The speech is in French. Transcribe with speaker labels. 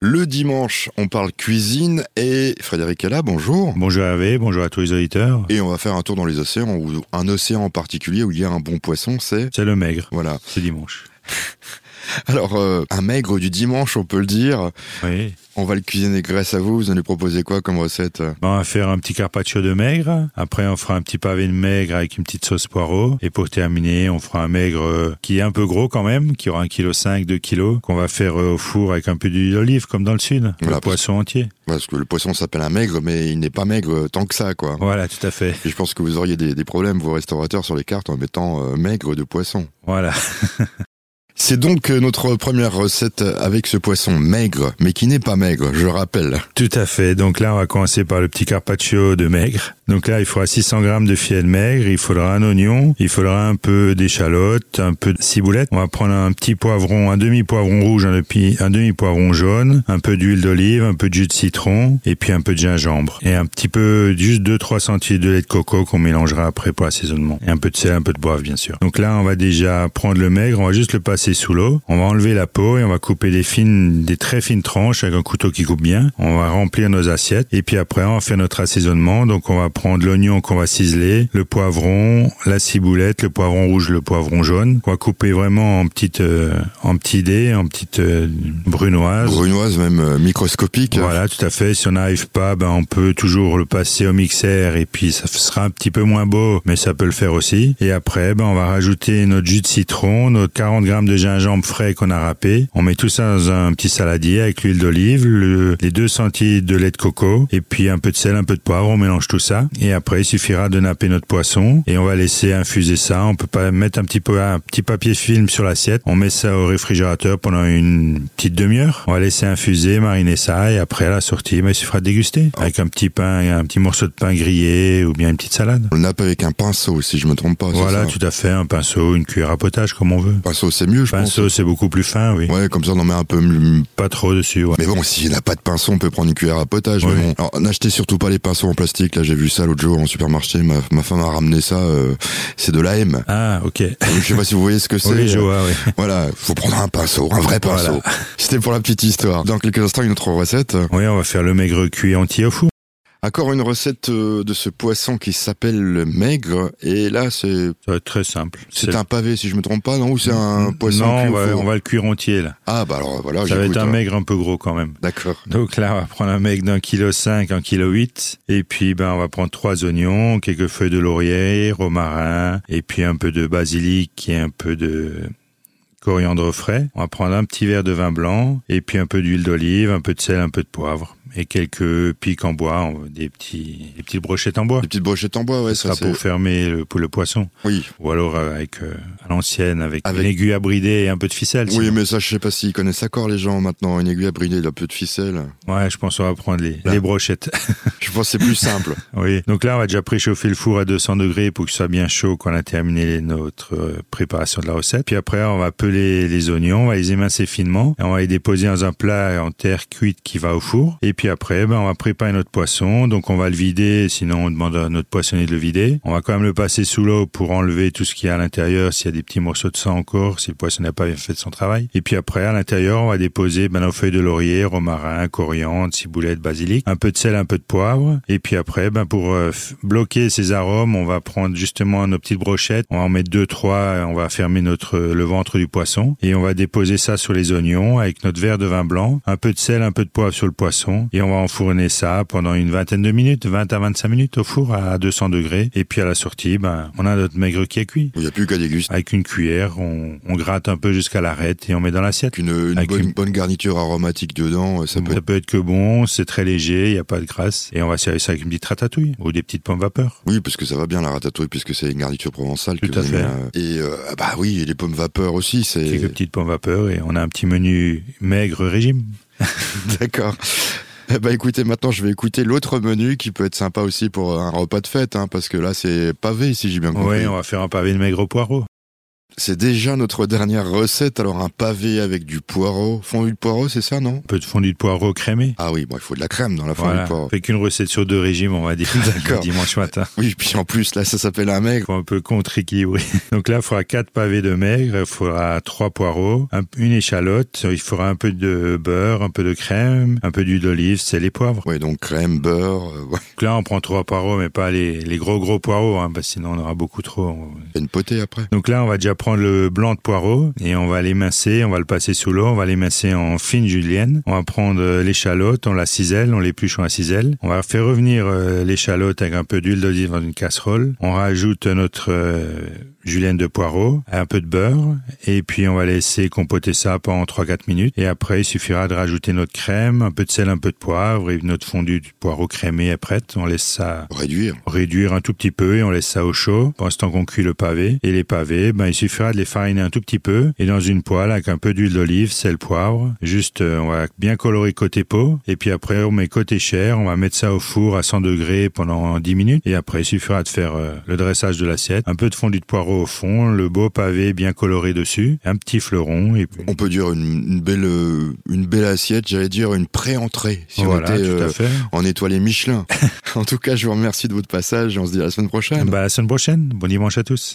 Speaker 1: Le dimanche, on parle cuisine et Frédéric est là, bonjour.
Speaker 2: Bonjour Hervé, bonjour à tous les auditeurs.
Speaker 1: Et on va faire un tour dans les océans, ou un océan en particulier où il y a un bon poisson, c'est...
Speaker 2: C'est le maigre,
Speaker 1: Voilà.
Speaker 2: c'est dimanche.
Speaker 1: Alors, euh, un maigre du dimanche, on peut le dire.
Speaker 2: Oui.
Speaker 1: On va le cuisiner grâce à vous. Vous allez proposer quoi comme recette
Speaker 2: Bon, on va faire un petit carpaccio de maigre. Après, on fera un petit pavé de maigre avec une petite sauce poireau. Et pour terminer, on fera un maigre euh, qui est un peu gros quand même, qui aura 1,5 kg, 2 kg, qu'on va faire euh, au four avec un peu d'huile d'olive, comme dans le sud.
Speaker 1: Voilà,
Speaker 2: le poisson entier.
Speaker 1: Parce que le poisson s'appelle un maigre, mais il n'est pas maigre tant que ça, quoi.
Speaker 2: Voilà, tout à fait.
Speaker 1: Et je pense que vous auriez des, des problèmes, vos restaurateurs, sur les cartes en mettant euh, maigre de poisson.
Speaker 2: Voilà.
Speaker 1: C'est donc euh, notre première recette avec ce poisson maigre, mais qui n'est pas maigre, je rappelle.
Speaker 2: Tout à fait. Donc là, on va commencer par le petit carpaccio de maigre. Donc là, il faudra 600 grammes de filet de maigre, il faudra un oignon, il faudra un peu d'échalote, un peu de ciboulette. On va prendre un petit poivron, un demi-poivron rouge, un, demi- un demi-poivron jaune, un peu d'huile d'olive, un peu de jus de citron, et puis un peu de gingembre. Et un petit peu, juste 2-3 centilitres de lait de coco qu'on mélangera après pour l'assaisonnement. Et un peu de sel, un peu de boivre, bien sûr. Donc là, on va déjà prendre le maigre, on va juste le passer sous l'eau. On va enlever la peau et on va couper des fines, des très fines tranches avec un couteau qui coupe bien. On va remplir nos assiettes et puis après on va faire notre assaisonnement. Donc on va prendre l'oignon qu'on va ciseler, le poivron, la ciboulette, le poivron rouge, le poivron jaune. On va couper vraiment en petites, euh, en petits dés, en petites euh, brunoises.
Speaker 1: Brunoise, même euh, microscopique.
Speaker 2: Voilà, tout à fait. Si on n'arrive pas, ben on peut toujours le passer au mixeur et puis ça f- sera un petit peu moins beau, mais ça peut le faire aussi. Et après, ben on va rajouter notre jus de citron, notre 40 grammes de gingembre frais qu'on a râpé. On met tout ça dans un petit saladier avec l'huile d'olive, le- les 2 centilitres de lait de coco et puis un peu de sel, un peu de poivre. On mélange tout ça et après il suffira de napper notre poisson et on va laisser infuser ça. On peut pas mettre un petit peu un petit papier film sur l'assiette. On met ça au réfrigérateur pendant une petite demi-heure. On va laisser infuser, mariner ça et après à la sortie, mais il suffira de déguster avec un petit pain, un petit morceau de pain grillé ou bien une petite salade.
Speaker 1: On le nappe avec un pinceau, si je me trompe pas. c'est
Speaker 2: voilà,
Speaker 1: ça
Speaker 2: tout à fait, un pinceau, une cuillère à potage comme on veut.
Speaker 1: Pinceau, c'est mieux, je
Speaker 2: Pinceau, c'est beaucoup plus fin, oui.
Speaker 1: pense. Ouais, comme ça, on en met un peu m-
Speaker 2: Pas trop dessus. ouais.
Speaker 1: Mais bon, s'il n'a pas de pinceau, on peut prendre une cuillère à potage.
Speaker 2: Oui.
Speaker 1: Mais bon, Alors, n'achetez surtout pas les pinceaux en plastique. Là, j'ai vu ça l'autre jour en supermarché. Ma, ma femme a ramené ça. euh, c'est de l'AM.
Speaker 2: Ah, ok.
Speaker 1: Je sais pas si vous voyez ce que c'est. euh,
Speaker 2: On les joue, ah, oui.
Speaker 1: Voilà, faut prendre un pinceau, un vrai
Speaker 2: Voilà.
Speaker 1: pinceau. C'était pour la petite histoire. Dans quelques instants, une autre recette.
Speaker 2: Oui, on va faire le maigre cuit entier au four.
Speaker 1: Encore une recette euh, de ce poisson qui s'appelle le maigre. Et là, c'est
Speaker 2: Ça va être très simple.
Speaker 1: c'est un pavé, si je me trompe pas, non Ou c'est un poisson
Speaker 2: Non,
Speaker 1: cuit
Speaker 2: on
Speaker 1: au
Speaker 2: va,
Speaker 1: four
Speaker 2: on va le cuire entier, là.
Speaker 1: Ah bah alors voilà,
Speaker 2: Ça va
Speaker 1: j'écoute,
Speaker 2: être un
Speaker 1: hein.
Speaker 2: maigre un peu gros quand même.
Speaker 1: D'accord.
Speaker 2: Donc là, on va prendre un mec d'un kilo cinq, un kilo huit, et puis ben on va prendre trois oignons, quelques feuilles de laurier, romarin, et puis un peu de basilic et un peu de coriandre frais. On va prendre un petit verre de vin blanc, et puis un peu d'huile d'olive, un peu de sel, un peu de poivre, et quelques pics en bois, on- des petits, des petites brochettes en bois.
Speaker 1: Des petites brochettes en bois, ouais,
Speaker 2: Ce
Speaker 1: ça
Speaker 2: sera
Speaker 1: c'est.
Speaker 2: pour fermer le, pour le poisson,
Speaker 1: Oui,
Speaker 2: ou alors euh, avec euh, à l'ancienne avec,
Speaker 1: Avec-
Speaker 2: une aiguille à brider et un peu de ficelle.
Speaker 1: Oui,
Speaker 2: sinon.
Speaker 1: mais ça, je sais pas s'ils connaissent encore les gens maintenant. Une aiguille à brider, un peu de ficelle.
Speaker 2: Ouais, je pense qu'on va prendre les,
Speaker 1: Là.
Speaker 2: les brochettes.
Speaker 1: Je pense que c'est plus simple.
Speaker 2: Oui, donc là, on va déjà préchauffer le four à 200 degrés pour que ce soit bien chaud quand on a terminé notre euh, préparation de la recette. Puis après, on va peler les oignons, on va les émincer finement, et on va les déposer dans un plat en terre cuite qui va au four. Et puis après, ben, on va préparer notre poisson, donc on va le vider, sinon on demande à notre poissonnier de le vider. On va quand même le passer sous l'eau pour enlever tout ce qu'il y a à l'intérieur, s'il y a des petits morceaux de sang encore, si le poisson n'a pas bien fait son travail. Et puis après, à l'intérieur, on va déposer ben, nos feuilles de laurier, romarin, coriandre, ciboulette, basilic, un peu de sel, un peu de poivre. Et puis après, ben, pour euh, f- bloquer ces arômes, on va prendre justement nos petites brochettes, on va en mettre deux, trois, et on va fermer notre euh, le ventre du poisson. Et on va déposer ça sur les oignons avec notre verre de vin blanc, un peu de sel, un peu de poivre sur le poisson. Et on va enfourner ça pendant une vingtaine de minutes, 20 à 25 minutes au four à 200 degrés. Et puis à la sortie, ben, on a notre maigre qui est cuit.
Speaker 1: Il n'y a plus qu'à déguster.
Speaker 2: Avec une cuillère, on, on gratte un peu jusqu'à l'arête et on met dans l'assiette.
Speaker 1: Une, une
Speaker 2: Avec
Speaker 1: bonne,
Speaker 2: une-
Speaker 1: bonne garniture aromatique dedans, euh, ça peut
Speaker 2: Ça
Speaker 1: être...
Speaker 2: peut être que bon, c'est très léger, il n'y a pas de graisse. Et on va servir ça avec une petite ratatouille ou des petites pommes vapeur.
Speaker 1: Oui, parce que ça va bien la ratatouille, puisque c'est une garniture provençale.
Speaker 2: Tout
Speaker 1: que
Speaker 2: à
Speaker 1: vous
Speaker 2: fait.
Speaker 1: aimez, euh, Et euh, ah bah oui, et les pommes vapeur aussi, c'est...
Speaker 2: Quelques petites pommes vapeur et on a un petit menu maigre régime.
Speaker 1: D'accord. Eh bah écoutez, maintenant je vais écouter l'autre menu qui peut être sympa aussi pour un repas de fête, hein, parce que là c'est pavé si j'ai bien compris.
Speaker 2: Oui, on va faire un pavé de maigre au poireau.
Speaker 1: C'est déjà notre dernière recette, alors un pavé avec du poireau. Fondue de poireau, c'est ça, non
Speaker 2: Un peu de fondue de poireau crémé.
Speaker 1: Ah oui, bon, il faut de la crème dans la fondue
Speaker 2: Voilà.
Speaker 1: de poireau.
Speaker 2: Avec une recette sur deux régimes, on va dire,
Speaker 1: D'accord.
Speaker 2: le dimanche matin.
Speaker 1: Oui, puis en plus, là, ça s'appelle un maigre.
Speaker 2: Faut un peu contre-équilibrer. Donc là, il faudra quatre pavés de maigre, il faudra trois poireaux, un- une échalote, il faudra un peu de beurre, un peu de crème, un peu d'huile d'olive, c'est les poivres.
Speaker 1: Ouais, donc crème, beurre, euh, ouais,
Speaker 2: Donc là, on prend trois poireaux, mais pas les, les gros gros poireaux, hein, parce que sinon on aura beaucoup trop. On-
Speaker 1: il y a une potée après.
Speaker 2: Donc là, on va déjà prendre le blanc de poireau et on va l'émincer, on va le passer sous l'eau, on va l'émincer en fine julienne. On va prendre euh, l'échalote, on la cisèle, on l'épluche en la cisèle. On va faire revenir euh, l'échalote avec un peu d'huile d'olive dans une casserole. On rajoute notre euh, julienne de poireau, un peu de beurre et puis on va laisser compoter ça pendant 3-4 minutes. Et après, il suffira de rajouter notre crème, un peu de sel, un peu de poivre et notre fondue du poireau crémé est prête. On laisse ça
Speaker 1: Réduire.
Speaker 2: réduire un tout petit peu et on laisse ça au chaud pendant ce temps qu'on cuit le pavé. Et les pavés, ben, il suffira de les fariner un tout petit peu et dans une poêle avec un peu d'huile d'olive, sel, poivre. Juste, euh, on va bien colorer côté peau et puis après on met côté chair, on va mettre ça au four à 100 degrés pendant 10 minutes et après il suffira de faire euh, le dressage de l'assiette, un peu de fondue de poireau au fond, le beau pavé bien coloré dessus, un petit fleuron et puis...
Speaker 1: On peut dire une, une belle, euh, une belle assiette, j'allais dire une pré-entrée, si
Speaker 2: voilà,
Speaker 1: on était
Speaker 2: tout
Speaker 1: euh,
Speaker 2: à fait.
Speaker 1: en étoilé Michelin. en tout cas, je vous remercie de votre passage et on se dit à la semaine prochaine.
Speaker 2: Bah, Ben, à la semaine prochaine. Bon dimanche à tous.